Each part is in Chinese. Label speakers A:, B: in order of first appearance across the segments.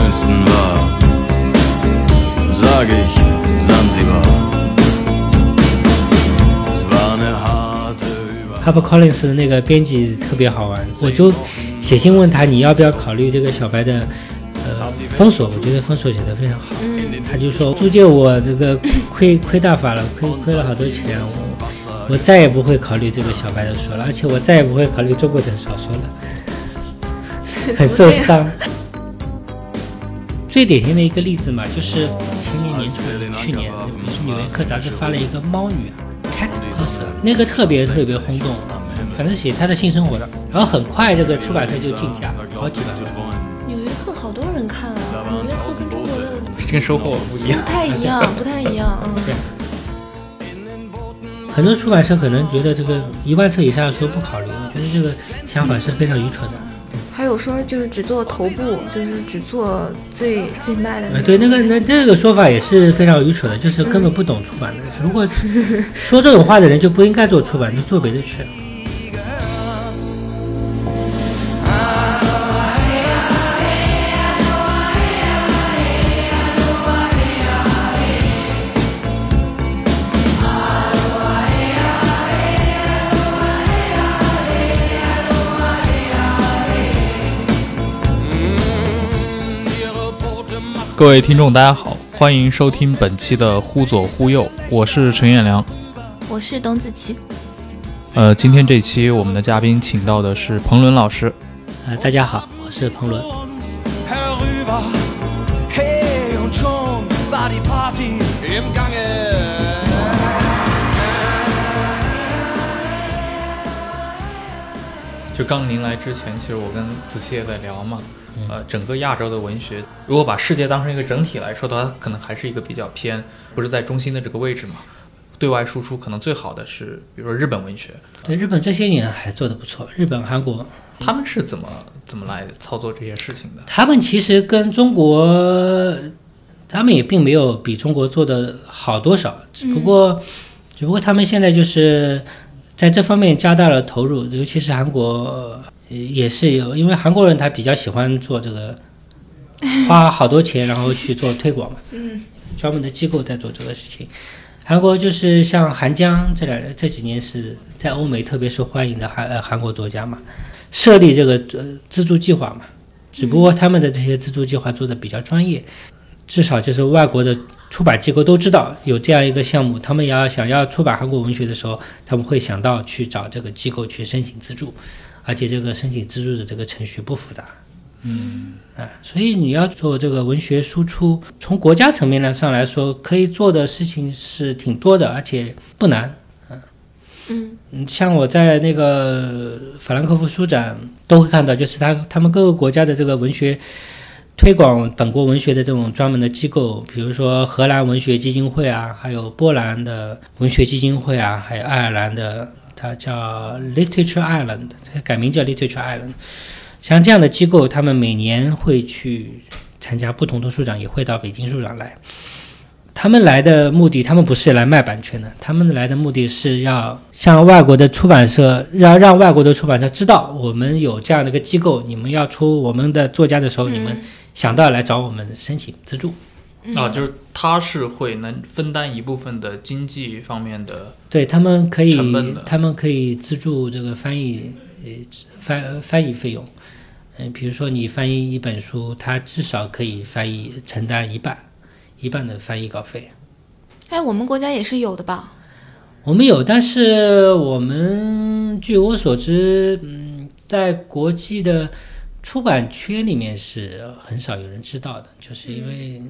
A: Zanzibar, sag ich Zanzibar. Es war eine harte Über
B: HarperCollins 的那个编辑特别好玩，我就写信问他你要不要考虑这个小白的呃封锁，我觉得封锁写得非常好。他就说租借我这个亏亏大发了，亏亏了好多钱，我我再也不会考虑这个小白的书了，而且我再也不会考虑中国的小说了， 很受伤。最典型的一个例子嘛，就是前年年初，去年不是《纽约客》杂志发了一个猫女啊，cat person，那个特别特别轰动，反正写她的性生活的，然后很快这个出版社就竞价好几百万。
C: 纽约客好多人看啊，纽约客跟中国的
D: 跟收获不一样
C: 不。太一样，不太一样， 嗯。
B: 很多出版社可能觉得这个一万册以下的书不考虑，我觉得这个想法是非常愚蠢的。
C: 还有说就是只做头部，就是只做最最卖哎的那
B: 呃，
C: 种。
B: 对，那个那这个说法也是非常愚蠢的，就是根本不懂出版的。如果说这种话的人就不应该做出版，就做别的去了。
D: 各位听众，大家好，欢迎收听本期的《忽左忽右》，我是陈彦良。
C: 我是董子琪，
D: 呃，今天这期我们的嘉宾请到的是彭伦老师。
B: 呃，大家好，我是彭伦。
A: uns herüber. Hey, und schon war die Party im Gange.
D: 就刚您来之前，其实我跟子期也在聊嘛，呃，整个亚洲的文学，如果把世界当成一个整体来说的话，它可能还是一个比较偏，不是在中心的这个位置嘛。对外输出可能最好的是，比如说日本文学，
B: 对，日本这些年还做得不错，日本、韩国
D: 他们是怎么怎么来操作这些事情的？
B: 他们其实跟中国，他们也并没有比中国做的好多少，只不过，只不过他们现在就是在这方面加大了投入，尤其是韩国、呃也是有，因为韩国人他比较喜欢做这个，花好多钱然后去做推广嘛，嗯，专门的机构在做这个事情。韩国就是像韩江这两这几年是在欧美特别受欢迎的韩呃韩国作家嘛，设立这个呃资助计划嘛，只不过他们的这些资助计划做的比较专业，至少就是外国的出版机构都知道有这样一个项目，他们也要想要出版韩国文学的时候，他们会想到去找这个机构去申请资助，而且这个申请资助的这个程序不复杂。嗯，啊，所以你要做这个文学输出，从国家层面来上来说，可以做的事情是挺多的，而且不难。啊
C: 嗯，
B: 嗯，像我在那个法兰克福书展都会看到，就是他他们各个国家的这个文学推广本国文学的这种专门的机构，比如说荷兰文学基金会啊，还有波兰的文学基金会啊，还有爱尔兰的，它叫 Literature Ireland，它改名叫 Literature Ireland。像这样的机构，他们每年会去参加不同的书展，也会到北京书展来。他们来的目的，他们不是来卖版权的，他们来的目的是要向外国的出版社，让让外国的出版社知道我们有这样的一个机构，你们要出我们的作家的时候，你们想到来找我们申请资助。
D: 啊，就是他是会能分担一部分的经济方面的，
B: 对他们可
D: 成本
B: 以
D: 的，
B: 他们可以资助这个翻译，呃，翻翻译费用。嗯，比如说你翻译一本书，它至少可以翻译承担一半，一半的翻译稿费。
C: 哎，我们国家也是有的吧？
B: 我们有，但是我们据我所知，嗯，在国际的出版圈里面是很少有人知道的，就是因为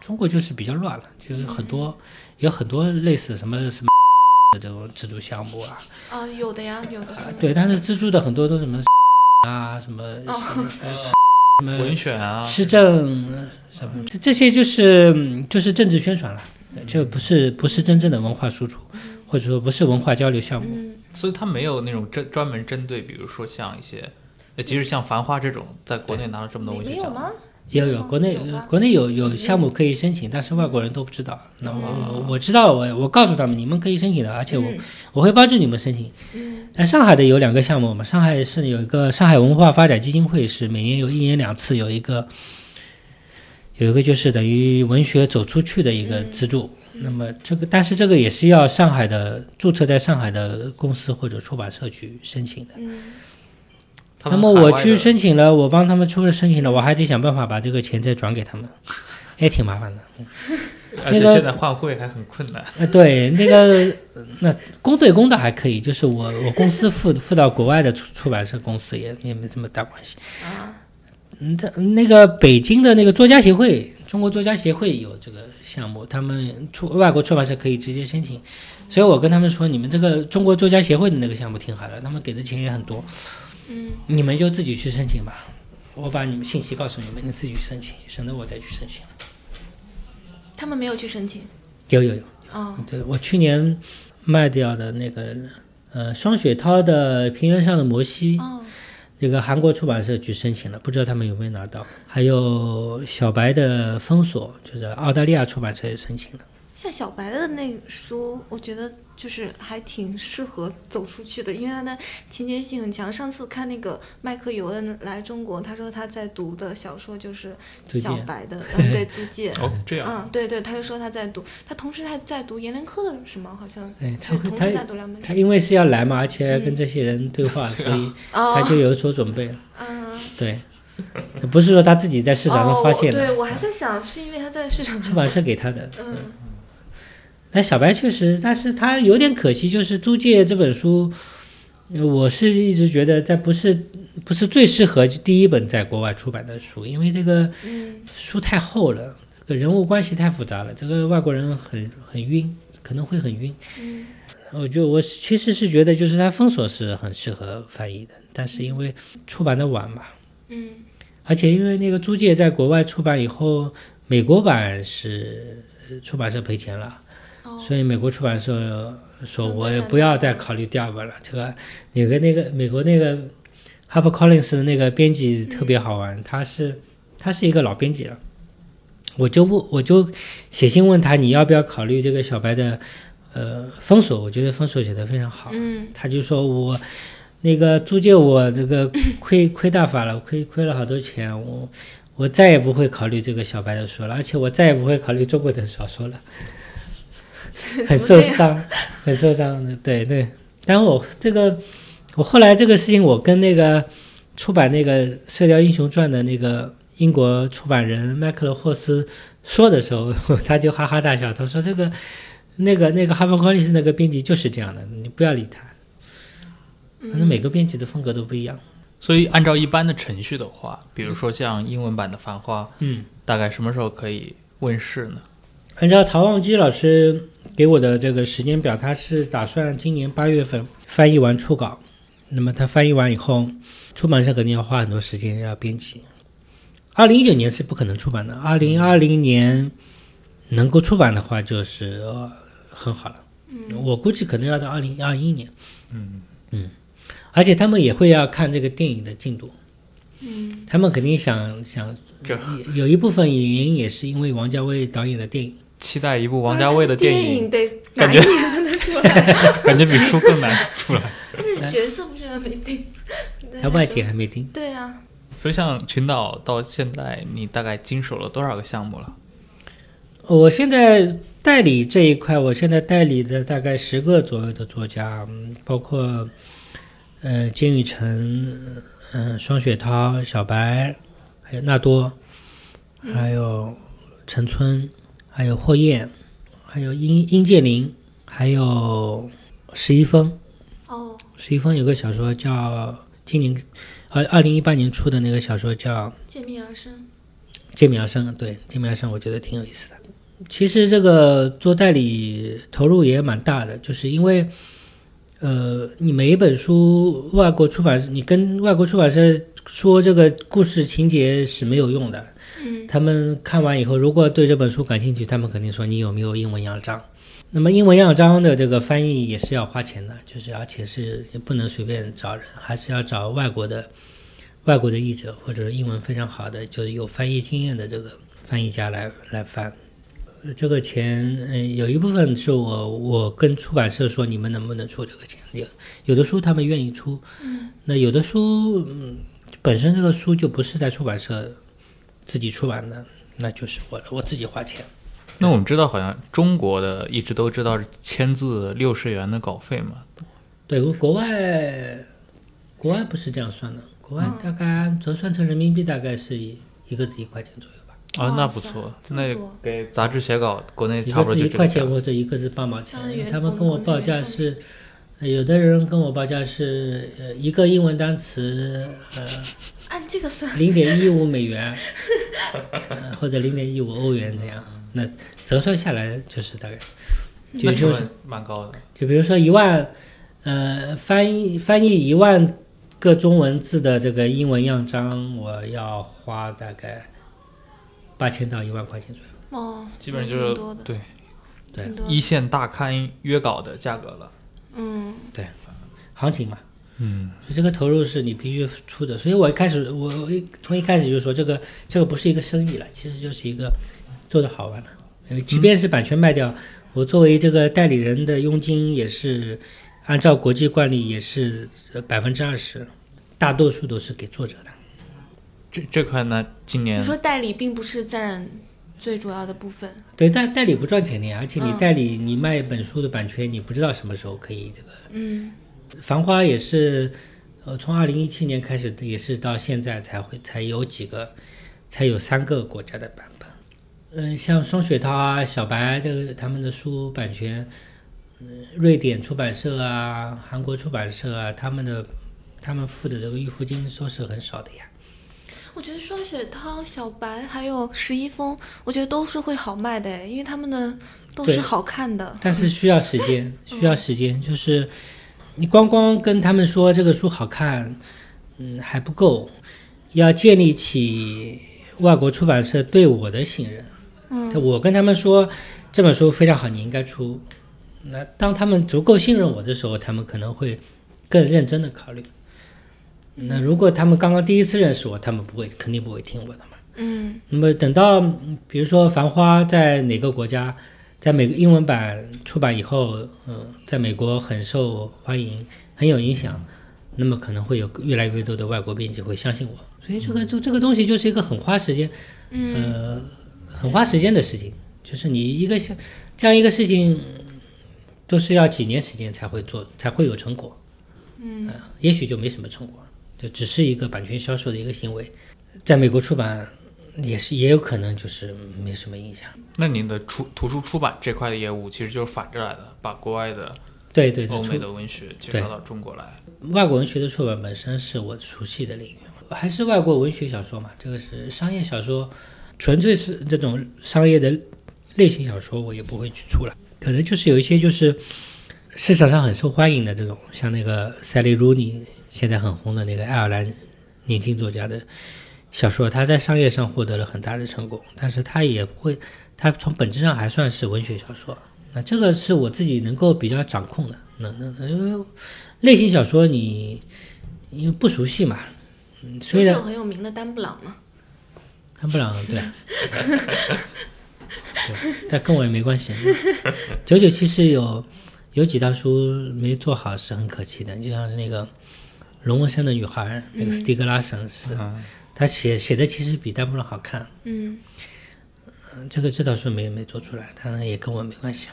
B: 中国就是比较乱了，就是很
C: 嗯
B: 多有很多类似什么什么的这种制度项目啊，
C: 啊，有的呀，有的。
B: 对，但是资助的很多都是什么啊什么
C: 哦
B: 什么什么
D: 文选啊，
B: 施政呃什么，这这些就是嗯就是政治宣传了，这不是不是真正的文化输出，或者说不是文化交流项目。
C: 嗯，
D: 所以他没有那种针专门针对，比如说像一些，呃即使像《繁花》这种，在国内拿了这么多
C: 你
D: 文
C: 没
D: 学
C: 有
D: 奖，
C: 吗？
B: 有有，
C: 嗯
B: 国内
C: 有吧嗯
B: 国内有有项目可以申请，但是外国人都不知道。那我我我知道，我我告诉他们，你们可以申请的，而且我
C: 哦嗯
B: 我会帮助你们申请。
C: 嗯
B: 但上海的有两个项目嘛，上海是有一个上海文化发展基金会，是每年有一年两次有一个有一个就是等于文学走出去的一
C: 嗯
B: 个资助。那么这个，但是这个也是要上海的注册在上海的公司或者出版社去申请的。
D: 他
B: 那
D: 们
B: 么
D: 海
B: 我
D: 外
B: 去
D: 的
B: 申请了，我帮他们出了申请了，我还得想办法把这个钱再转给 他们，也挺麻烦的。
D: 而且
B: 那个
D: 现在换汇还很困难。
B: 呃，对，那个那公对公的还可以，就是我我公司付付到国外的出出版社公司也也没这么大关系。嗯，他那个北京的那个作家协会，中国作家协会有这个项目，他们出外国出版社可以直接申请，所以我跟他们说，你们这个中国作家协会的那个项目挺好的，他们给的钱也很多，嗯，你们就自己去申请吧，我把你们信息告诉你们，你自己去申请，省得我再去申请。
C: 他们没有去申请。
B: 有有有。
C: 哦，
B: 对我去年卖掉的那个，呃，双雪涛的《平原上的摩西》
C: 哦，
B: 那个韩国出版社去申请了，不知道他们有没有拿到。还有小白的《封锁》，就是澳大利亚出版社也申请了。
C: 像小白的那个书，我觉得就是还挺适合走出去的，因为它的情节性很强。上次看那个麦克尤恩来中国，他说他在读的小说就是
B: 租界
C: 小白 的，嗯、对，租界。
D: 哦， 这样，
B: 啊
C: 嗯，对对，他就说他在读，他同时还在读阎连科的什么，好像
B: 哎，他
C: 是同
B: 他
C: 时在读两本
B: 他
C: 书。
B: 因为是要来嘛，而且要跟这些人对话，所以他
C: 哦，
B: 就有所准备了。
C: 嗯，
B: 对，不是说他自己在市场
C: 哦
B: 上发现
C: 我
B: 的，
C: 对我还在想，是因为他在市场
B: 出
C: 上，
B: 版社给他的。
C: 嗯，
B: 但小白确实，但是他有点可惜，就是《租界》这本书，呃我是一直觉得在不是不是最适合第一本在国外出版的书，因为这个书太厚了，这个人物关系太复杂了，这个外国人很很晕，可能会很晕。我觉得呃我其实是觉得，就是他封锁是很适合翻译的，但是因为出版的晚嘛，
C: 嗯，
B: 而且因为那个《租界》在国外出版以后，美国版是呃出版社赔钱了，
C: 哦
B: 所以美国出版社说
C: 嗯
B: 我
C: 我
B: 也
C: 想
B: 不要再考虑第二本了。这个有个那个美国那个 Harper Collins 的那个编辑特别好玩，他是他是一个老编辑了，我就问我就写信问他你要不要考虑这个小白的呃封锁？我觉得封锁写得非常好，
C: 嗯，
B: 他就说我那个租借我这个亏亏大发了，亏亏了好多钱，我我再也不会考虑这个小白的书了，而且我再也不会考虑中国的小说了，很受伤，很受伤的，对对。但我这个我后来这个事情，我跟那个出版那个《射雕英雄传》的那个英国出版人麦克罗霍斯说的时候， 他就哈哈大笑，他说这个。那个那个哈勃高利斯那个编辑就是这样的，你不要理他。反正每个编辑的风格都不一样。
D: 所以按照一般的程序的话，比如说像英文版的《繁花》，
B: 嗯，
D: 大概什么时候可以问世呢？
B: 按照陶望基老师给我的这个时间表，他是打算今年八月份翻译完初稿。那么他翻译完以后，出版社肯定要花很多时间要编辑。二零一九年是不可能出版的，二零二零年能够出版的话就是、呃很好了。我估计可能要到二零二一年。嗯嗯，而且他们也会要看这个电影的进度。嗯，他们肯定想想
D: 这
B: 有有一部分原因也是因为王家卫导演的电影，
D: 期待一部王家卫的
C: 电
D: 电影，
C: 得哪
D: 感
C: 一
D: 觉
C: 年才能出来？
B: 嗯
D: 感觉比书更难出来。
C: 那角色不是还没定，
B: 他外界还没定。
C: 对啊，
D: 所以像群岛到现在，你大概经手了多少个项目了？
B: 我现在代理这一块，我现在代理的大概十个左右的作家，嗯包括呃金宇澄、嗯、双雪涛、小白，还有纳多，还有陈村，还有霍燕，还有殷殷建林，还有石一峰。
C: 哦，
B: 石一峰有个小说叫今年呃二零一八年出的那个小说叫
C: 见面而生，
B: 芥苗生，对芥苗生，我觉得挺有意思的。其实这个做代理投入也蛮大的，就是因为，呃，你每一本书外国出版，你跟外国出版社说这个故事情节是没有用的。
C: 嗯，
B: 他们看完以后，如果对这本书感兴趣，他们肯定说你有没有英文样章。那么英文样章的这个翻译也是要花钱的，就是而且是也不能随便找人，还是要找外国的外国的译者或者英文非常好的，就是有翻译经验的这个翻译家来来翻。呃这个钱，嗯、有一部分是我我跟出版社说，你们能不能出这个钱？有有的书他们愿意出，那有的书，嗯，本身这个书就不是在出版社自己出版的，那就是我我自己花钱。
D: 那我们知道，好像中国的一直都知道是签字六十元的稿费嘛，
B: 对，国外国外不是这样算的，国外大概折算成人民币大概是一一个字一块钱左右吧，
D: 啊，
C: 哇
D: 那不
C: 塞
D: 错，
C: 这么
D: 那
C: 多
D: 给杂志写稿，国内
B: 一
D: 差
B: 个
D: 不多
B: 字
D: 就
B: 一
D: 这
B: 块
D: 个价
B: 钱。或者一个字半毛钱
C: 相当于。
B: 嗯他们跟我报价
C: 我
B: 是，呃有的人跟我报价是呃一个英文单词呃
C: 按啊这个算，
B: 零点一五美元，呃或者零点一五欧元这样，那折算下来就是大概，就
D: 那成
B: 就是
D: 本蛮高的，
B: 就比如说一万，呃，翻译翻译一万个中文字的这个英文样章，我要花大概八千到一万块钱左右。
C: 哦，
D: 基本上
C: 挺
D: 就
C: 多
D: 是
C: 的，
D: 对
B: 对
C: 挺多的
D: 一线大刊约稿的价格了。
C: 嗯，
B: 对，行情嘛，
D: 嗯，
B: 这个投入是你必须出的。所以我一开始，我我一从一开始就说，这个这个不是一个生意了，其实就是一个做的好玩了。呃即便是版权卖掉，我作为这个代理人的佣金也是按照国际惯例，也是呃百分之二十，大多数都是给作者的。
D: 这这块呢，今
C: 你
D: 年
C: 说代理并不是占最主要的部分，
B: 对，代代理不赚钱的呀，而且你
C: 嗯
B: 代理、你卖一本书的版权，你不知道什么时候可以这个。
C: 嗯，
B: 繁花也是，呃，从二零一七年开始，也是到现在才会才有几个，才有三个国家的版本。嗯，像双雪涛啊、小白这个他们的书版权，嗯，瑞典出版社啊、韩国出版社啊，他们的他们付的这个预付金收是很少的呀。
C: 我觉得双雪涛、小白还有十一峰，我觉得都是会好卖的，因为他们的都
B: 对
C: 是好看的，
B: 但是需要时 间，需要时间，就是你光光跟他们说这个书好看，嗯，还不够，要建立起外国出版社对我的信任。
C: 嗯，
B: 就我跟他们说这本书非常好，你应该出。那当他们足够信任我的时候，他们可能会更认真的考虑。那如果他们刚刚第一次认识我，他们不会，肯定不会听我的嘛。
C: 嗯，
B: 那么等到嗯比如说《繁花》在哪个国家，在美英文版出版以后，嗯、在美国很受欢迎，很有影响，那么可能会有越来越多的外国编辑会相信我，所以这个就这个东西就是一个很花时间，
C: 嗯
B: 呃，很花时间的事情，就是你一个像这样一个事情，都是要几年时间才会做，才会有成果，嗯、也许就没什么成果，就只是一个版权销售的一个行为，在美国出版。也是也有可能就是没什么影响。
D: 那您的出图书出版这块的业务其实就是反着来的，把国外的
B: 对对对，
D: 欧
B: 出
D: 美的文学介绍到中国来。
B: 外国文学的出版本身是我熟悉的领域，还是外国文学小说嘛？这个是商业小说，纯粹是这种商业的类型小说，我也不会去出了。可能就是有一些就是市场上很受欢迎的这种，像那个塞利鲁尼现在很红的那个爱尔兰年轻作家的小说，他在商业上获得了很大的成功，但是他也不会，他从本质上还算是文学小说。那这个是我自己能够比较掌控的，那那那因为类型小说你因为不熟悉嘛，嗯虽
C: 有
B: 然
C: 很有名的丹布朗嘛，
B: 他布朗对， 对，但跟我也没关系。九九其实有有几套书没做好是很可惜的，就像那个龙纹身的女孩，那个斯蒂格拉神是，他写写的其实比丹布朗好看，
C: 嗯
B: 嗯这个这套书没没做出来，当然也跟我没关系。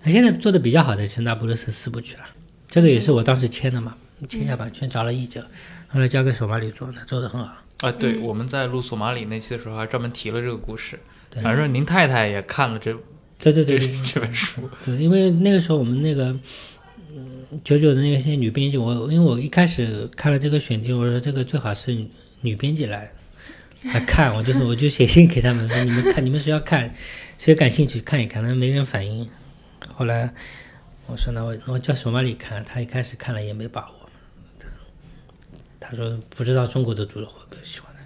B: 他现在做的比较好的是《那不勒斯四部曲》了，这个也是我当时签的嘛，签下版权找了译者，后来交给索马里做，他做的很好。
D: 啊，对，
C: 嗯
D: 我们在录索马里那期的时候还专门提了这个故事，好像说您太太也看了这
B: 对对对
D: 这
B: 对，
D: 这本书，
B: 对，因为那个时候我们那个，嗯，九九的那些女编辑，我因为我一开始看了这个选题，我说这个最好是女女编辑来来看，我就是我就写信给他们说，你们看，你们谁要看，谁感兴趣看一看，那没人反应。后来我说那我我叫索马里看，他一开始看了也没把握，他他说不知道中国的读者会不会喜欢的。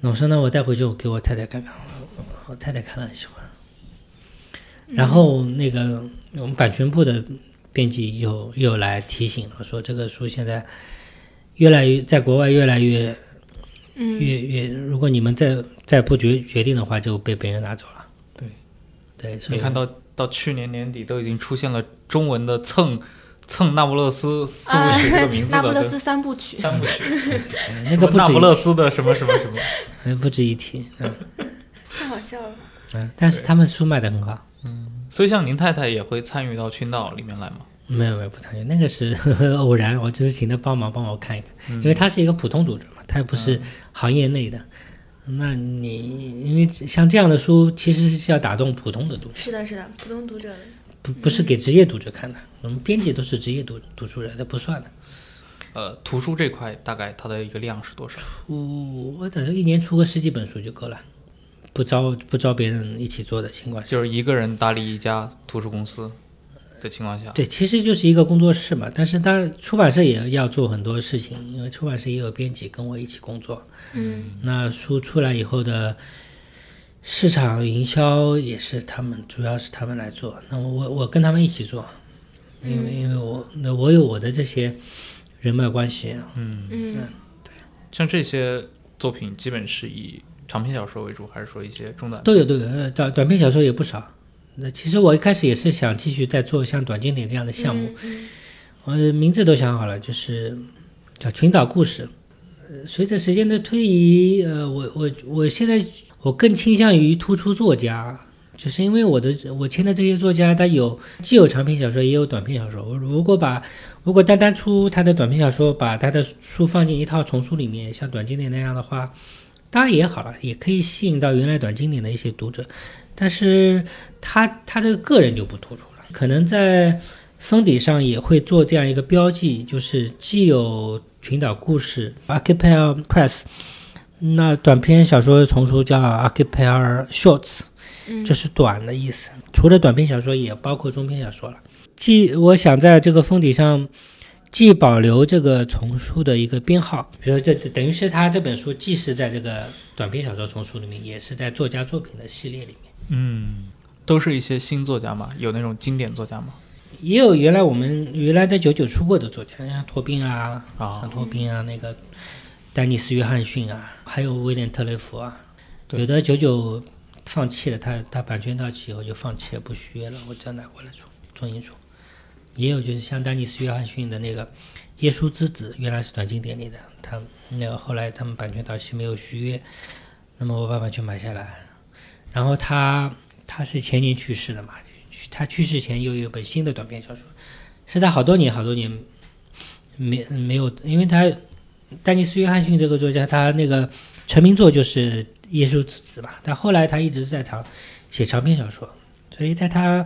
B: 那我说那我带回去我给我太太看看，我我太太看了很喜欢。然后那个我们版权部的编辑又又来提醒了，说这个书现在越来越在国外越来越
C: 嗯，
B: 越越，如果你们再再不决决定的话，就被别人拿走了。
D: 对
B: 对，所
D: 你
B: 以
D: 看到到去年年底都已经出现了中文的蹭蹭那不勒斯似乎是这 个名字
C: 啊那
B: 啊
C: 不
D: 的
C: 勒
D: 对
C: 斯三部曲，
D: 三部曲，
B: 哎那个不
D: 那
B: 止
D: 不
B: 一
D: 勒
B: 提，
D: 斯的什么什么什么，
B: 哎不止一提。嗯
C: 太好笑了。
B: 嗯，但是他们书卖的很好。
D: 所以像您太太也会参与到群岛里面来吗？
B: 没有没有不参与，那个是 偶然，我就是请他帮忙帮我看一看，
D: 嗯
B: 因为他是一个普通读者嘛，他不是行业内的。那你因为像这样的书，其实是要打动普通的读者，
C: 是的，是的，普通读者的。
B: 不不是给职业读者看的。我们编辑都是职业读读书人，那不算的。
D: 呃，图书这块大概它的一个量是多少？
B: 我我等着一年出个十几本书就够了，不招不招别人一起做的情况下，
D: 就是一个人打理一家图书公司的情况下，
B: 对，其实就是一个工作室嘛。但是当然出版社也要做很多事情，因为出版社也有编辑跟我一起工作。
C: 嗯，
B: 那书出来以后的市场营销也是他们，主要是他们来做。那我我我跟他们一起做，因为、因为我那我有我的这些人脉关系，啊
C: 嗯，
D: 像这些作品基本是以长篇小说为主，还是说一些中短？
B: 都有都有，呃短短篇小说也不少。那其实我一开始也是想继续再做像短经典这样的项目，
C: 嗯
B: 我的名字都想好了，就是叫《群岛故事》。呃随着时间的推移，呃，我我我现在我更倾向于突出作家，就是因为我的我签的这些作家，他有既有长篇小说，也有短篇小说。我如果把如果单单出他的短篇小说，把他的书放进一套丛书里面，像短经典那样的话，当然也好了，也可以吸引到原来短经典的一些读者，但是他他这个个人就不突出了，可能在封底上也会做这样一个标记，就是既有群岛故事 （Archipel Press），那短篇小说丛书叫 Archipel Shorts，
C: 嗯
B: 这是短的意思。除了短篇小说，也包括中篇小说了。既我想在这个封底上，既保留这个丛书的一个编号，比如说这这等于是他这本书既是在这个短篇小说丛书里面，也是在作家作品的系列里面。
D: 嗯，都是一些新作家嘛，有那种经典作家嘛。
B: 也有原来我们原来在九九出过的作家，像托宾啊，像
D: 啊，
B: 托宾啊，那个丹尼斯·约翰逊啊，还有威廉·特雷弗啊，
D: 对
B: 有的九九放弃了，他他版权到期以后就放弃了，不续约了，我再拿过来出重新出。也有就是像丹尼斯·约翰逊的那个《耶稣之子》，原来是短经典里的，他那个后来他们版权到期没有续约，那么我把版权买下来，然后他他是前年去世的嘛，去他去世前又有一本新的短篇小说，是他好多年好多年没没有，因为他丹尼斯·约翰逊这个作家，他那个成名作就是《耶稣之子》吧，但后来他一直在长写长篇小说，所以在他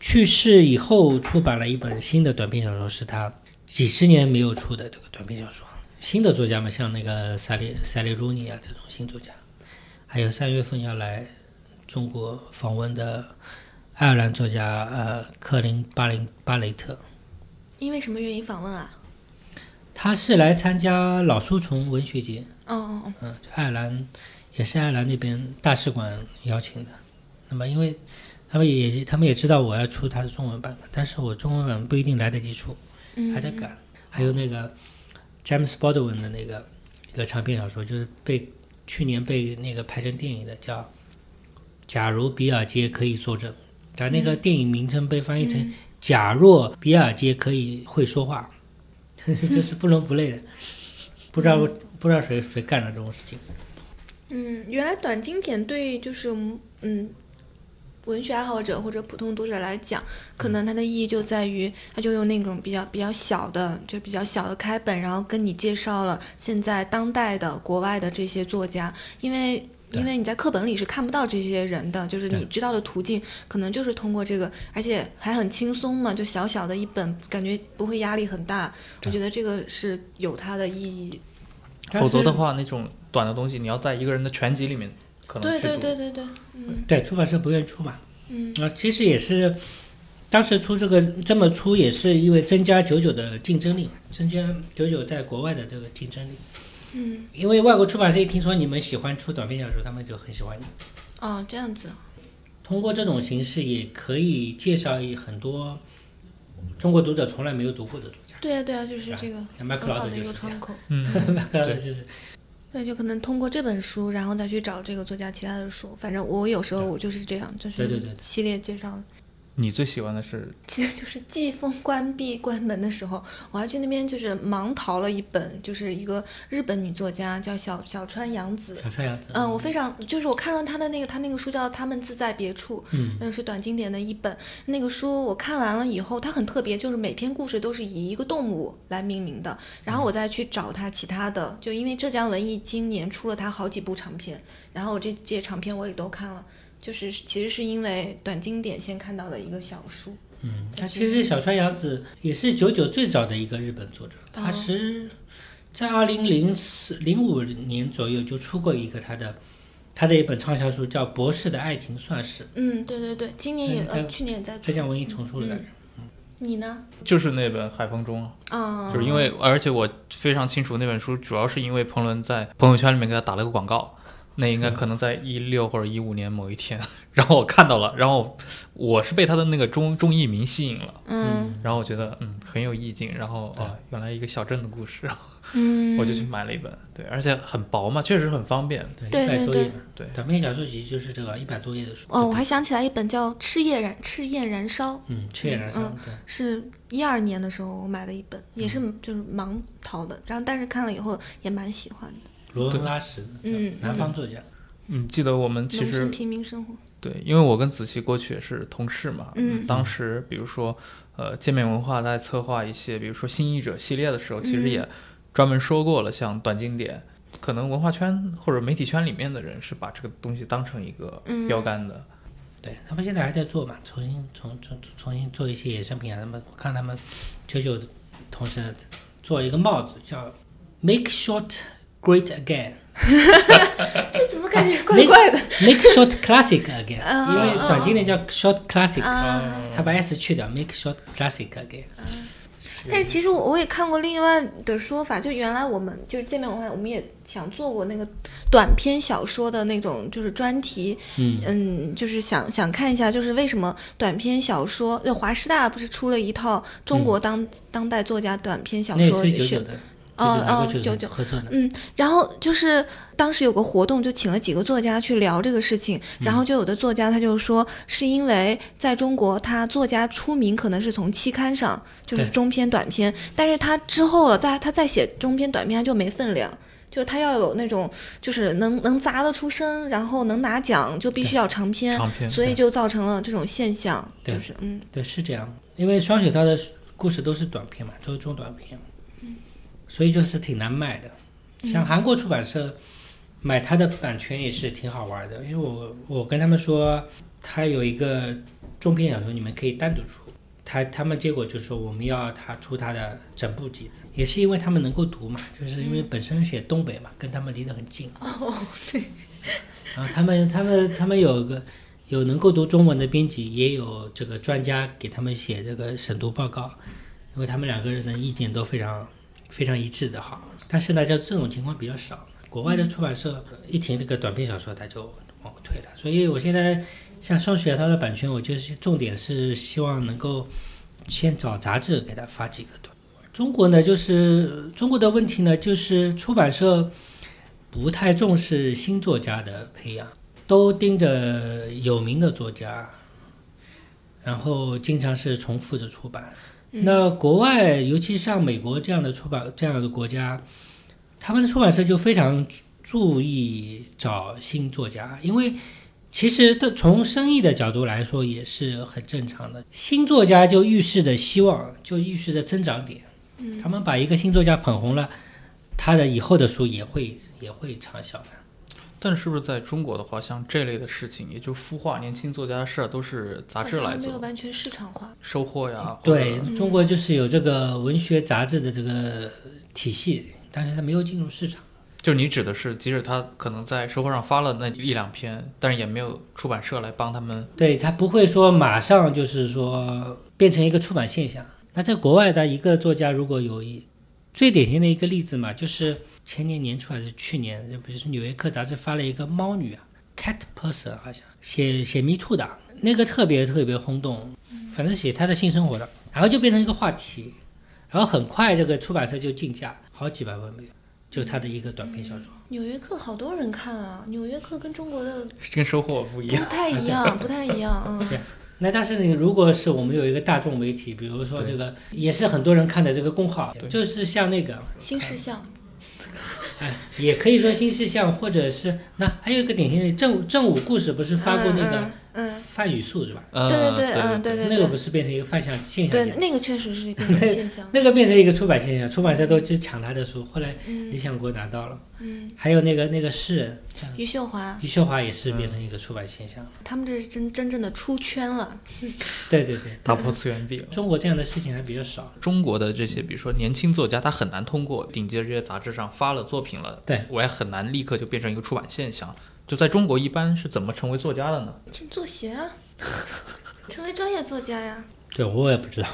B: 去世以后出版了一本新的短篇小说，是他几十年没有出的这个短篇小说。新的作家嘛，像那个萨利萨利鲁尼啊这种新作家，还有三月份要来中国访问的爱尔兰作家呃克林巴林巴雷特，
C: 因为什么原因访问啊？
B: 他是来参加老书虫文学节，
C: 哦哦哦，
B: 嗯，就爱尔兰也是爱尔兰那边大使馆邀请的。那么因为他们也他们也知道我要出他的中文版嘛，但是我中文版不一定来得及出，还在改。还有那个 James Baldwin 的那个一个长篇小说，就是被去年被那个拍成电影的，叫《假如比尔街可以作证》，但那个电影名称被翻译成《假若比尔街可以会说话》 就是不伦不类的，不知道、不知道谁谁干了这种事情。
C: 嗯，原来短经典对就是嗯文学爱好者或者普通读者来讲，可能它的意义就在于，它就用那种比较比较小的，就比较小的开本，然后跟你介绍了现在当代的国外的这些作家，因为。因为你在课本里是看不到这些人的，就是你
B: 对
C: 知道的途径可能就是通过这个，而且还很轻松嘛，就小小的一本，感觉不会压力很大。我觉得这个是有它的意义。
D: 否则的话，那种短的东西，你要在一个人的全集里面可能
C: 对
D: 去
C: 对
D: 读
C: 对对对，嗯
B: 对，出版社不愿意出嘛。
C: 嗯。
B: 啊、其实也是，当时出这个这么出也是因为增加九九的竞争力嘛，增加九九在国外的这个竞争力。
C: 嗯，
B: 因为外国出版社一听说你们喜欢出短篇小说，他们就很喜欢你。
C: 哦，这样子，
B: 通过这种形式，也可以介绍一很多中国读者从来没有读过的作家，
C: 对呀、对呀、啊就是
B: 吧
C: 这个
B: 像麦克
C: 很
B: 劳
C: 好
B: 德
C: 的
B: 就
C: 一
B: 是
C: 个
B: 这
C: 窗
B: 样。
C: 口。
D: 嗯，
B: 麦克劳德就是
C: 对，就可能通过这本书，然后再去找这个作家其他的书。反正我有时候我就是这样，就
B: 对对对
C: 是系列介绍。
D: 你最喜欢的是
C: 其实就是季风关闭关门的时候，我还去那边就是盲淘了一本，就是一个日本女作家叫小小川洋子。
B: 小川洋子，
C: 嗯，我非常就是我看了她的那个，她那个书叫《他们自在别处》，
B: 嗯，
C: 嗯，是短经典的一本。那个书我看完了以后，它很特别，就是每篇故事都是以一个动物来命名的。然后我再去找它其他的，就因为浙江文艺今年出了它好几部长篇，然后我这届长篇我也都看了。就是其实是因为短经典先看到的一个小书，
B: 嗯，他其实小川洋子也是九九最早的一个日本作者，
C: 哦
B: 他是在二零零四零五年左右就出过一个他的他的一本畅销书，叫《博士的爱情算是
C: 嗯，对对对，今年也
B: 嗯
C: 呃
B: 它
C: 去年也在》，出
B: 浙。江文艺重出了的人。
C: 你呢？
D: 就是那本《海风中》啊，
C: 啊、
D: 就是因为而且我非常清楚那本书，主要是因为彭伦在朋友圈里面给他打了个广告，那应该
B: 嗯
D: 可能在一六或者一五年某一天， 然后我看到了，然后我是被他的那个中中译名吸引了，
C: 嗯
D: 然后我觉得嗯很有意境，然后
B: 对
D: 哦原来一个小镇的故事，
C: 嗯，
D: 我就去买了一本，对，而且很薄嘛，确实很方便，
B: 对，
C: 嗯对
B: 一百
C: 对
B: 多页
C: 对。
D: 对
B: 短篇小说集就是这个一百多页的书。
C: 哦，我还想起来一本叫《赤焰燃赤焰燃烧》，
B: 嗯，赤焰燃烧，
C: 嗯
B: 对，
C: 是一二年的时候我买的一本，也是就是盲淘的，然后但是看了以后也蛮喜欢的。
B: 罗恩拉什，
C: 嗯
B: 南方作家，
D: 嗯，记得我们其
C: 农
D: 实
C: 村平民生活，
D: 对，因为我跟子琪过去也是同事嘛，
C: 嗯
D: 当时比如说，呃，界面文化在策划一些，比如说新译者系列的时候，其实
C: 嗯
D: 也专门说过了，像短经典，可能文化圈或者媒体圈里面的人是把这个东西当成一个
C: 嗯
D: 标杆的，
B: 对他们现在还在做嘛，重新重重重新做一些衍生品啊。他们我看他们九九同事做了一个帽子，叫 “Make Short Great Again”。
C: 这 怎么感觉怪怪的？
B: Make Short Classic Again，、
C: 嗯
B: 因为短经典叫 Short Classic，、
C: 啊
B: 他把 S 去掉，Make Short Classic Again。
C: 但是其实我我也看过另外的说法，就原来我们就是界面文化，我们也想做过那个短篇小说的那种就是专题，
B: 嗯
C: 嗯，就是想想看一下，就是为什么短篇小说，就华师大不是出了一套中国当、当代作家短篇小
B: 那也
C: 说
B: 是九
C: 选
B: 九的，
C: 哦哦
B: 九
C: 九
B: 九
C: 九
B: 合作的。
C: 嗯，然后就是当时有个活动，就请了几个作家去聊这个事情，然
D: 嗯
C: 后就有的作家他就说，是因为在中国他作家出名可能是从期刊上，就是
B: 对
C: 中篇、短篇，但是他之后了，在他再写中篇、短篇他就没分量。就是他要有那种，就是能能砸得出声，然后能拿奖，就必须要长篇，
D: 长篇
C: 所以就造成了这种现象，
B: 对
C: 就是嗯，
B: 对，是这样，因为双雪涛的故事都是短篇嘛，都是中短篇，
C: 嗯
B: 所以就是挺难卖的。像韩国出版社买他的版权也是挺好玩的，因为我我跟他们说，他有一个中篇小说，你们可以单独出。他他们结果就说我们要他出他的整部集子，也是因为他们能够读嘛，就是因为本身写东北嘛，跟他们离得很近。
C: 嗯哦，对，
B: 然后他们他们他们有个有能够读中文的编辑，也有这个专家给他们写这个审读报告，因为他们两个人的意见都非常非常一致的哈。但是呢，就这种情况比较少，国外的出版社一停这个短篇小说，他就往后退了。所以我现在像上学它的版权，我就是重点是希望能够先找杂志给他发几个短。中国呢，就是中国的问题呢，就是出版社。不太重视新作家的培养，都盯着有名的作家，然后经常是重复的出版。那国外，尤其像美国这样的出版这样的国家，他们的出版社就非常注意找新作家，因为其实的从生意的角度来说也是很正常的。新作家就预示着希望，就预示着增长点。嗯，他们把一个新作家捧红了，他的以后的书也会也会畅销的。
D: 但是不是在中国的话，像这类的事情，也就孵化年轻作家的事儿，都是杂志
C: 好像
D: 来
C: 还没有
D: 做，
C: 完全市场化，
D: 收获呀，或者嗯
B: 对，中国就是有这个文学杂志的这个体系，但是它没有进入市场。
D: 就你指的是，即使他可能在收获上发了那一两篇，但是也没有出版社来帮他们
B: 对，它不会说马上就是说变成一个出版现象。那在国外的一个作家如果有一最典型的一个例子嘛，就是前年年初还是去年，就比如说《纽约客》杂志发了一个猫女啊，Cat Person 好像写写 Me Too 的，那个特别特别轰动，反正写她的性生活的，然后就变成一个话题，然后很快这个出版社就竞价好几百万美元，就她的一个短篇小说。
C: 《纽约客》好多人看啊，《纽约客》跟中国的
D: 跟收获不一
C: 不
D: 样。
C: 太一样，不太一样，嗯。
B: 对，那但是你如果是我们有一个大众媒体，比如说
D: 对
B: 这个也是很多人看的这个公号
D: 对，
B: 就是像那个，
C: 新事项，
B: 哎，也可以说新事项，或者是那还有一个典型的正正午故事，不是发过那个啊
C: 嗯嗯，
B: 泛语速是吧？
D: 呃
C: 嗯对
D: 对
C: 对嗯对
B: 那个
C: 对
B: 不是变成一个泛象现
C: 对，
B: 象
C: 对
B: 级
C: 那个确实是一个现 象，
B: 那个变成一个出版现象，出版社都去抢他的书，后来理
C: 嗯
B: 想国拿到了，
C: 嗯，
B: 还有那个那个诗人叫
C: 余秀华
B: 余秀华也
D: 嗯
B: 是变成一个出版现象。
C: 他们这是真真正的出圈了，
B: 对对对，
D: 打破次元壁了。
B: 中国这样的事情还比较少。
D: 中国的这些，比如说年轻作家，他很难通过顶级的这些杂志上发了作品了，
B: 对，
D: 我也很难立刻就变成一个出版现象。就在中国，一般是怎么成为作家的呢？
C: 进作协 啊，成为专业作家呀，
B: 对我也不 知道，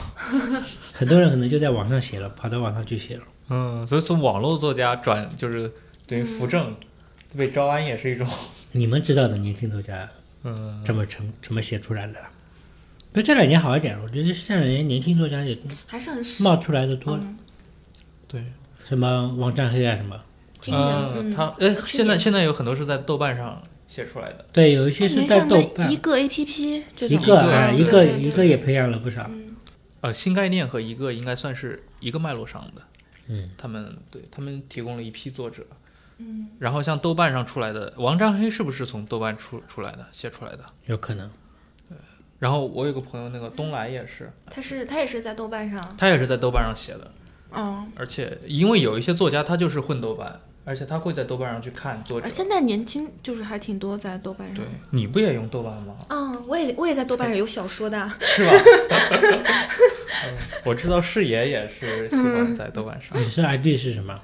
B: 很多人可能就在网上写了，跑到网上去写了。
D: 嗯，所以从网络作家转就是等于扶
C: 嗯
D: 正，被招安也是一种，
B: 你们知道的年轻作家
D: 嗯，
B: 怎么成怎么写出来的啦？不，这两年好一点，我觉得这两年年轻作家也
C: 还是很
B: 冒出来的多了，
C: 嗯
D: 对，
B: 什么王占黑啊什么，
C: 今年
B: 啊
C: 嗯
D: 他呃，
C: 去
D: 现在
C: 年
D: 现在有很多是在豆瓣上写出来的，
B: 对，有一些
C: 那
B: 是
C: 年
B: 在
C: 上
B: 豆
C: 面
B: 瓣
C: 一个 A P P 这
B: 一
C: 种
B: 个
D: 对
B: 啊
C: 嗯
B: 一
C: 对
B: 个
C: 对对
B: 一个也培养了不少，
C: 嗯
D: 呃，新概念和一个应该算是一个脉络上的，
B: 嗯，
D: 他们对他们提供了一批作者，
C: 嗯，
D: 然后像豆瓣上出来的王占黑是不是从豆瓣出出来的写出来的？
B: 有可能。
D: 然后我有个朋友，那个东来也是，
C: 他是他也是在豆瓣上，
D: 他也是在豆瓣上写的，
C: 嗯，
D: 而且因为有一些作家他就是混豆瓣，而且他会在豆瓣上去看作者
C: 而。嗯呃现在年轻就是还挺多在豆瓣上
D: 对。，你不也用豆瓣吗？
C: 嗯，我也我也在豆瓣上有小说的，
D: 是 吧？嗯我知道视野也是喜
C: 嗯
D: 欢在豆瓣上。
B: 你是 ID 是什么？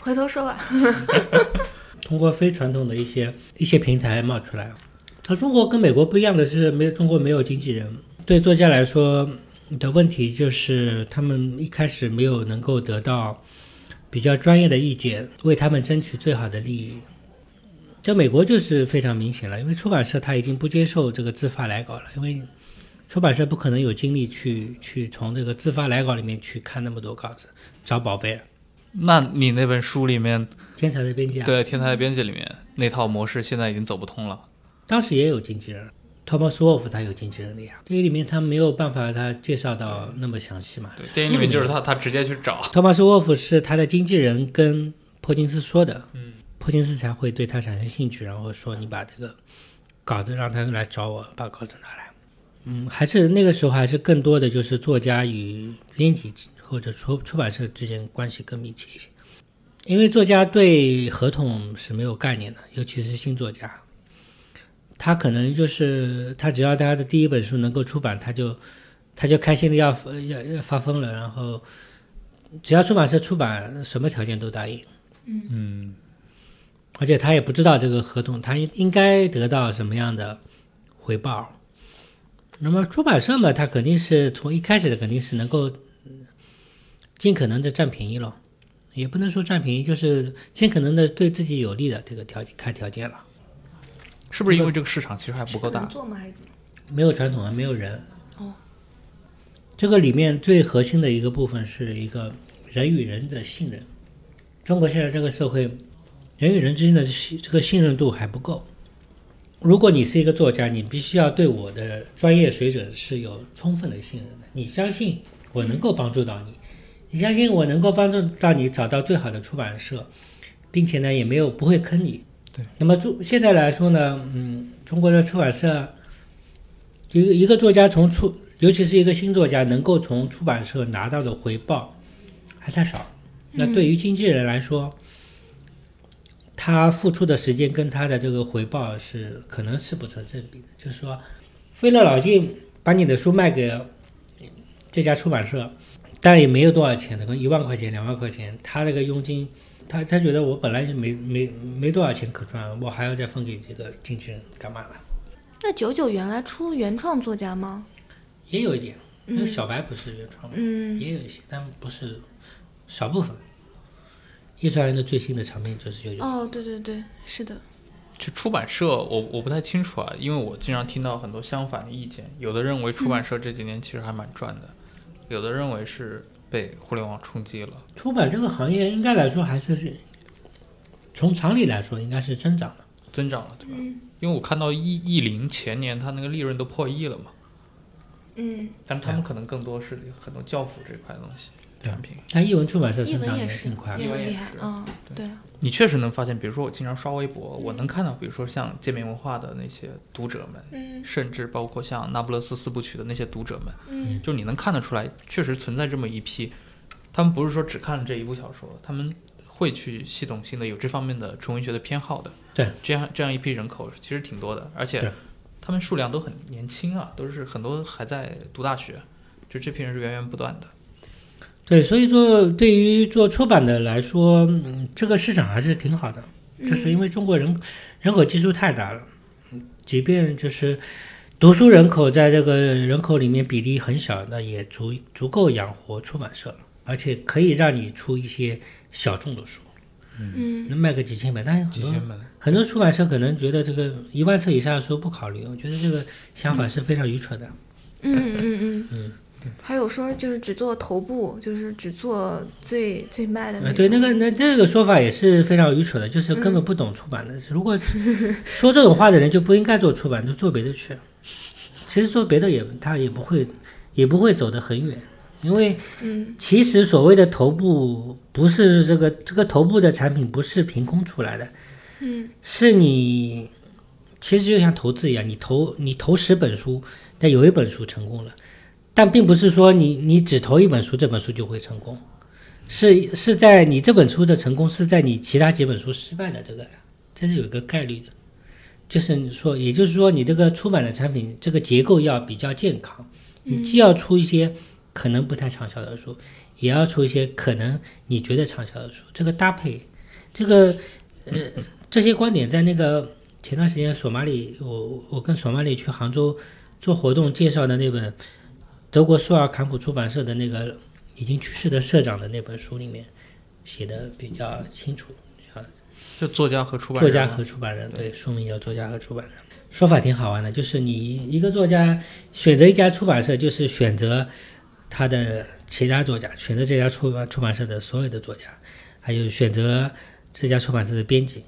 C: 回头说吧。
B: 通过非传统的一些一些平台冒出来。那中国跟美国不一样的是，没有中国没有经纪人，对作家来说的问题就是他们一开始没有能够得到比较专业的意见，为他们争取最好的利益。在美国就是非常明显了，因为出版社它已经不接受这个自发来稿了，因为出版社不可能有精力去去从这个自发来稿里面去看那么多稿子，找宝贝。
D: 那你那本书里面，
B: 天才的编辑啊，
D: 对《天才的编辑》里面那套模式现在已经走不通了。
B: 当时也有经纪人，Thomas Wolf 他有经纪人的呀，这个里面他没有办法他介绍到那么详细嘛。
D: 对，电影里面就是他，他直接去找。
B: Thomas Wolf 是他的经纪人跟珀金斯说的，嗯，珀金斯才会对他产生兴趣，然后说你把这个稿子让他来找我，把稿子拿来。嗯，还是那个时候还是更多的就是作家与编辑或者出出版社之间关系更密切一些，因为作家对合同是没有概念的，尤其是新作家。他可能就是他，只要他的第一本书能够出版，他就他就开心的要要要发疯了。然后只要出版社出版，什么条件都答应。
C: 嗯
B: 而且他也不知道这个合同，他应应该得到什么样的回报。那么出版社嘛，他肯定是从一开始的肯定是能够嗯尽可能的占便宜咯，也不能说占便宜，就是尽可能的对自己有利的这个条件开条件了。
D: 是不是因为这个市场其实还不够
C: 是
D: 大
C: 能？做吗？还是怎么？
B: 没有传统啊，没有人。
C: 哦，
B: 这个里面最核心的一个部分是一个人与人的信任。中国现在这个社会，人与人之间的信这个信任度还不够。如果你是一个作家，你必须要对我的专业水准是有充分的信任的。你相信我能够帮助到你，你相信我能够帮助到你找到最好的出版社，并且呢也没有不会坑你。
D: 对。
B: 那么中现在来说呢，嗯，中国的出版社一个一个作家从出，尤其是一个新作家，能够从出版社拿到的回报还太少。那对于经纪人来说，他付出的时间跟他的这个回报是可能是不成正比的。就是说，费了老劲把你的书卖给这家出版社，但也没有多少钱，可能一万块钱、两万块钱，他那个佣金。他他觉得我本来就没没没多少钱可赚，我还要再分给这个经纪人干嘛呢？
C: 那九九原来出原创作家吗？
B: 也有一点，因为
C: 嗯
B: 小白不是原创的，
C: 嗯
B: 也有一些，但不是少部分。叶兆元的最新的长篇就是九九，
C: 哦，对对对，是的，
D: 就出版社，我我不太清楚啊，因为我经常听到很多相反的意见，有的认为出版社这几年其实还蛮赚的，有的认为是被互联网冲击了。
B: 出版这个行业应该来说还是是从常理来说应该是增长的，
D: 增长了，对吧？
C: 嗯
D: 因为我看到易易林前年它那个利润都破亿了嘛，
C: 嗯，
D: 但是他们可能更多是很多教辅这块的东西
B: 对
D: 产品。
B: 但译文出版社
C: 译
B: 成
C: 文
B: 长也
C: 也是，
B: 挺快的
C: 也，很
D: 译文也
C: 厉害
D: 是，
C: 嗯，
D: 对
C: 对啊，
D: 你确实能发现，比如说我经常刷微博，我能看到，比如说像界面文化的那些读者们，
C: 嗯
D: 甚至包括像那不勒斯四部曲的那些读者们，
C: 嗯
D: 就你能看得出来，确实存在这么一批，他们不是说只看了这一部小说，他们会去系统性的有这方面的纯文学的偏好的。
B: 对，
D: 这样这样一批人口其实挺多的，而
B: 对
D: 且他们数量都很年轻啊，都是很多还在读大学，就这批人是源源不断的。
B: 对，所以说对于做出版的来说，嗯，这个市场还是挺好的，就是因为中国人、人口基数太大了，嗯即便就是读书人口在这个人口里面比例很小，那也足足够养活出版社了，而且可以让你出一些小众的书，
C: 嗯
B: 能卖个几千本，但是很
D: 几
B: 多
D: 千本，
B: 很多出版社可能觉得这个一万册以下的书不考虑，我觉得这个想法是非常愚蠢的。
C: 嗯嗯嗯嗯，还有说就是只做头部，就是只做最最卖的
B: 呃，
C: 那
B: 对，那
C: 种嗯
B: 个那这个说法也是非常愚蠢的，就是根本不懂出版的。如 果说这种话的人就不应该做出版，就做别的去。其实做别的也他也不会也不会走得很远，因为
C: 嗯
B: 其实所谓的头部不是这个这个头部的产品不是凭空出来的，
C: 嗯
B: 是你其实就像投资一样，你投你投十本书，但有一本书成功了，但并不是说你你只投一本书，这本书就会成功，是是在你这本书的成功是在你其他几本书失败的这个，这是有一个概率的，就是你说，也就是说你这个出版的产品这个结构要比较健康，你既要出一些可能不太畅销的书，也要出一些可能你觉得畅销的书，这个搭配，这个。呃这些观点在那个前段时间索马里，我我跟索马里去杭州做活动介绍的那本德国苏尔坎普出版社的那个已经去世的社长的那本书里面写的比较清楚，
D: 就作家和出版
B: 作
D: 人
B: 家
D: 嘛
B: 和出版人，对，书名叫作家和出版人，说法挺好玩的，就是你一个作家选择一家出版社，就是选择他的其他作家，选择这家出版出版社的所有的作家，还有选择这家出版社的编辑，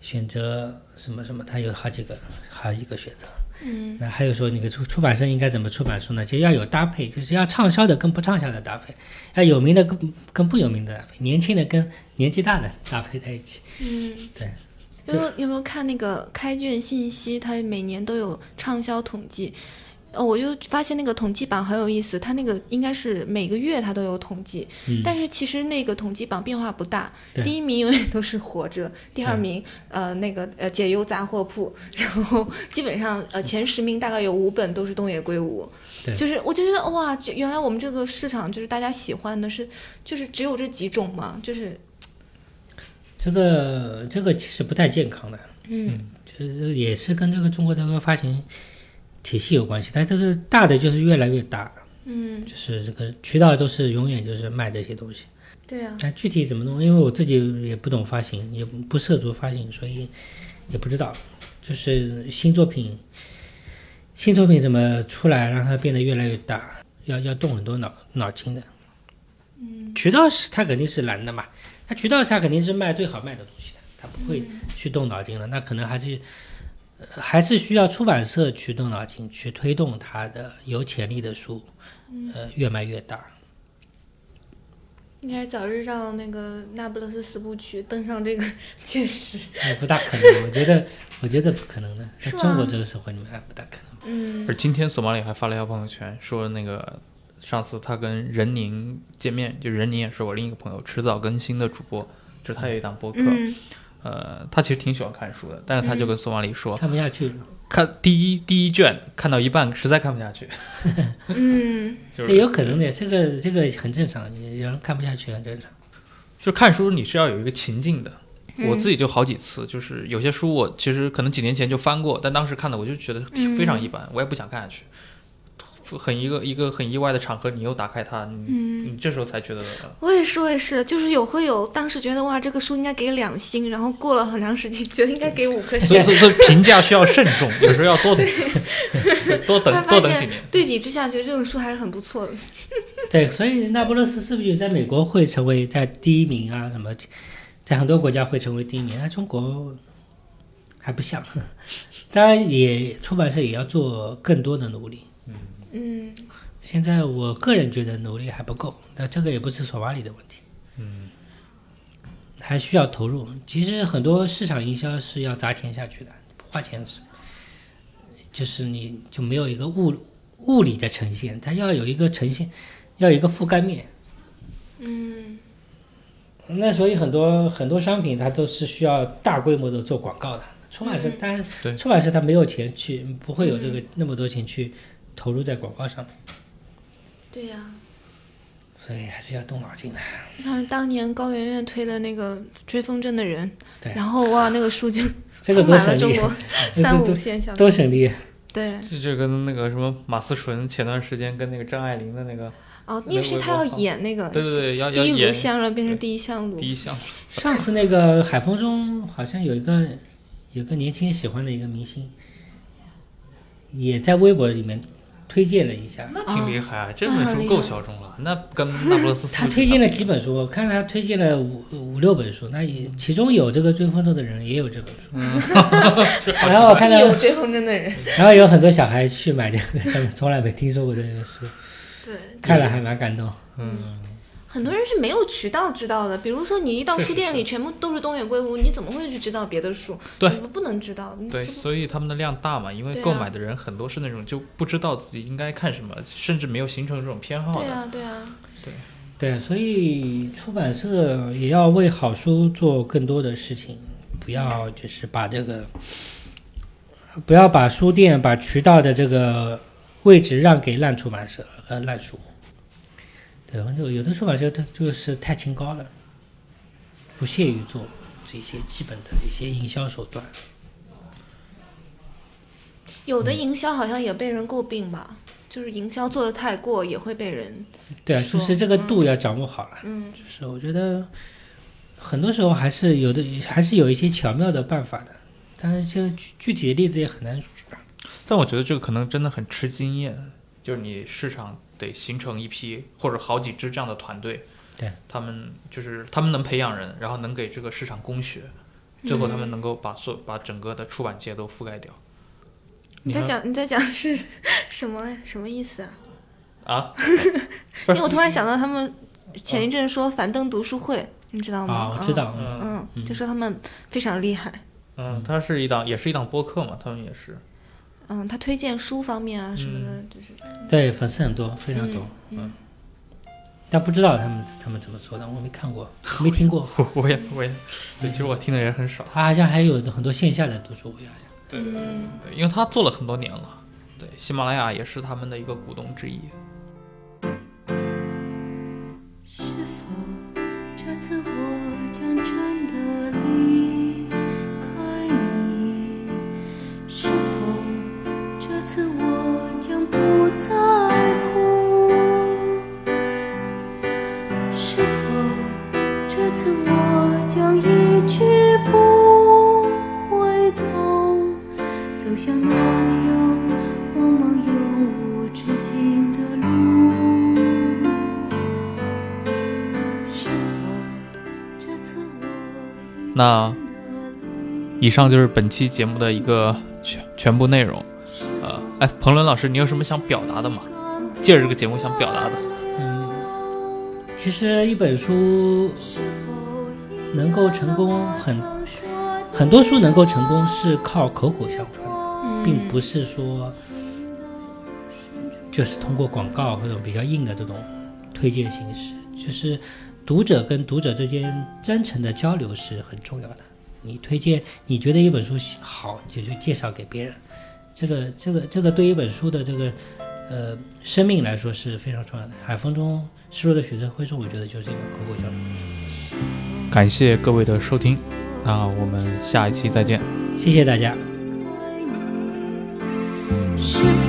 B: 选择什么什么，他有好几个好几个选择。
C: 嗯
B: 那还有说，那个出出版社应该怎么出版书呢？就要有搭配，就是要畅销的跟不畅销的搭配，要有名的跟跟不有名的搭配，年轻的跟年纪大的搭配在一起。
C: 嗯，
B: 对。
C: 有没有有没有看那个开卷信息？它每年都有畅销统计，呃，我就发现那个统计榜很有意思，它那个应该是每个月它都有统计，
B: 嗯
C: 但是其实那个统计榜变化不大，
B: 对
C: 第一名永远都是活着，第二名呃那个呃解忧杂货铺，然后基本上呃前十名大概有五本都是东野圭吾
B: 对，
C: 就是我就觉得哇，就原来我们这个市场就是大家喜欢的是就是只有这几种嘛，就是
B: 这个这个其实不太健康的，
C: 嗯
B: 就是也是跟这个中国的这个发行体系有关系，但这个大的就是越来越大，
C: 嗯
B: 就是这个渠道都是永远就是卖这些东西。
C: 对啊，
B: 但具体怎么弄，因为我自己也不懂发行，也不不涉足发行，所以也不知道。就是新作品，新作品怎么出来，让它变得越来越大，要要动很多脑脑筋的。嗯，渠道是它肯定是难的嘛，它渠道它肯定是卖最好卖的东西的，它不
C: 嗯
B: 会去动脑筋的。那可能还是、呃还是需要出版社去动脑筋，去推动它的有潜力的书，
C: 嗯
B: 呃，越卖越大。
C: 应该早日让那个那不勒斯四部曲登上这个 前 十。
B: 哎，不大可能，我觉得，我觉得不可能的。在
C: 是吗
B: 中国这个社会里面，哎，不大可能。
C: 嗯
D: 而今天索马里还发了一条朋友圈，说那个上次他跟任宁见面，就任宁也是我另一个朋友，迟早更新的主播，就是他有一档播客，
C: 嗯
D: 呃，他其实挺喜欢看书的，但是他就跟索马里
C: 嗯
D: 说，
B: 看不下去，
D: 看第一第一卷看到一半实在看不下去，
C: 嗯
D: 就
B: 这
D: 是
B: 有可能的。这个这个很正常，你有人看不下去很正常。
D: 就看书你是要有一个情境的。
C: 嗯
D: 我自己就好几次，就是有些书我其实可能几年前就翻过，但当时看的我就觉得
C: 嗯
D: 非常一般，我也不想看下去。很一个一个很意外的场合，你又打开它，你、
C: 嗯，
D: 你这时候才觉得呃
C: 我也是，我也是，就是有会有，当时觉得哇，这个书应该给两星，然后过了很长时间，觉得应该给五颗
D: 所
C: 星。
D: 以，所以，所以评价需要慎重，有时候要多等， 多
C: 后来
D: 等
C: 发
D: 多等几
C: 现
D: 年。，
C: 对比之下，觉得这种书还是很不错的。
B: 对，所以那不勒斯是不是在美国会成为在第一名啊？什么，在很多国家会成为第一名，那中国 还不像。当然也，出版社也要做更多的努力。
C: 嗯
B: 现在我个人觉得努力还不够，那这个也不是索马里的问题，
D: 嗯，
B: 还需要投入。其实很多市场营销是要砸钱下去的，不花钱是，就是你就没有一个物物理的呈现，它要有一个呈现，要有一个覆盖面。
C: 嗯
B: 那所以很多很多商品它都是需要大规模的做广告的。出版社
C: 嗯
B: 当然，
D: 对
B: 出版社它没有钱去，不会有这个那么多钱去投入在广告上面，
C: 对呀、
B: 所以还是要动脑筋的。
C: 像是当年高圆圆推了那个追风筝的人，
B: 对
C: 然后哇，那个书就
B: 这个多
C: 充满
B: 省
C: 了中
B: 力，
C: 国三五线小
B: 多
C: 说，
B: 省力。
C: 对，
D: 这就跟那个什么马思纯前段时间跟那个张爱玲的那个，
C: 哦，因为是他要演那个
D: 对对对，要要
C: 第一炉
D: 演
C: 香了，变成第一香炉
D: 第，一项，
B: 上次那个海风中好像有一个有个年轻人喜欢的一个明星，也在微博里面推荐了一下。
D: 那挺厉害啊！这
C: 那
D: 本
C: 很
D: 书
C: 厉
D: 够
C: 害
D: 小众了，那跟那不 勒斯
B: 他推荐了几本书，我看他推荐了五五六本书，那也其中有这个追风筝的人，也有这本书。然
C: 啊
B: 后我看到，
C: 有追风筝的 人，
B: 然后有很多小孩去买这个，他们从来没听说过这本书，
C: 对，
B: 看了还蛮感动。
D: 嗯，
C: 很多人是没有渠道知道的，比如说你一到书店里全部都是东野圭吾，你怎么会去知道别的书？
D: 对
C: 你们不能知道，你
D: 对，
C: 这不
D: 所以他们的量大嘛，因为
C: 对啊
D: 购买的人很多是那种就不知道自己应该看什么，甚至没有形成这种偏好
C: 对
D: 的。
C: 啊对啊，
B: 对，所以出版社也要为好书做更多的事情，不要就是把这个，呃不要把书店、把渠道的这个位置让给烂出版社和烂书。对，反正有的出版社它就是太清高了，不屑于做这些基本的一些营销手段。
C: 有的营销好像也被人诟病吧，就是营销做的太过也会被人，
B: 对啊，
C: 说
B: 就是这个度要掌握好了。
C: 嗯
B: 就是我觉得很多时候还是有的，还是有一些巧妙的办法的，但是现在具具体的例子也很难举啊。
D: 但我觉得这个可能真的很吃经验，就是你市场得形成一批或者好几支这样的团队，
B: 对，
D: 他们就是他们能培养人，然后能给这个市场供血，最后他们能够把所把整个的出版界都覆盖掉。
C: 你在讲你在讲是什么什么意思啊？
D: 啊？不
C: 因
D: 是
C: 为我突然想到他们前一阵说樊登读书会，你知道吗？
B: 啊，我知道，
D: 嗯
C: 嗯，嗯，就说他们非常厉害，
D: 嗯，它是一档也是一档播客嘛，他们也 是。
C: 嗯，他推荐书方面啊什么的，就是
B: 嗯对，粉丝很多，非常多，
D: 嗯嗯
B: 但不知道他们他们怎么做的，我没看过，没听 过。
D: 我我也我也，对，其实我听的人很少。
B: 他好像还有很多线下的读书会，好像
D: 对对对对，因为他做了很多年了，对，喜马拉雅也是他们的一个股东之一。
E: 是否这次我将真的离开你？是否这次我将不再哭？是否这次我将一去不回头，走向那条茫茫永无止境的路？是否这次我
D: 那以上就是本期节目的一个全全部内容。呃，哎，彭伦老师，你有什么想表达的吗？借着这个节目想表达的，
B: 其实一本书能够成功很，很多书能够成功是靠口口相传的，
C: 嗯
B: 并不是说就是通过广告或者比较硬的这种推荐形式，就是读者跟读者之间真诚的交流是很重要的。你推荐你觉得一本书喜好，你就去介绍给别人，这个这个这个对一本书的这个呃生命来说是非常重要的。海风中失落的雪的灰尘，我觉得就是一本口口相传的书。
D: 感谢各位的收听，那我们下一期再见。
B: 谢谢大家。
E: 是否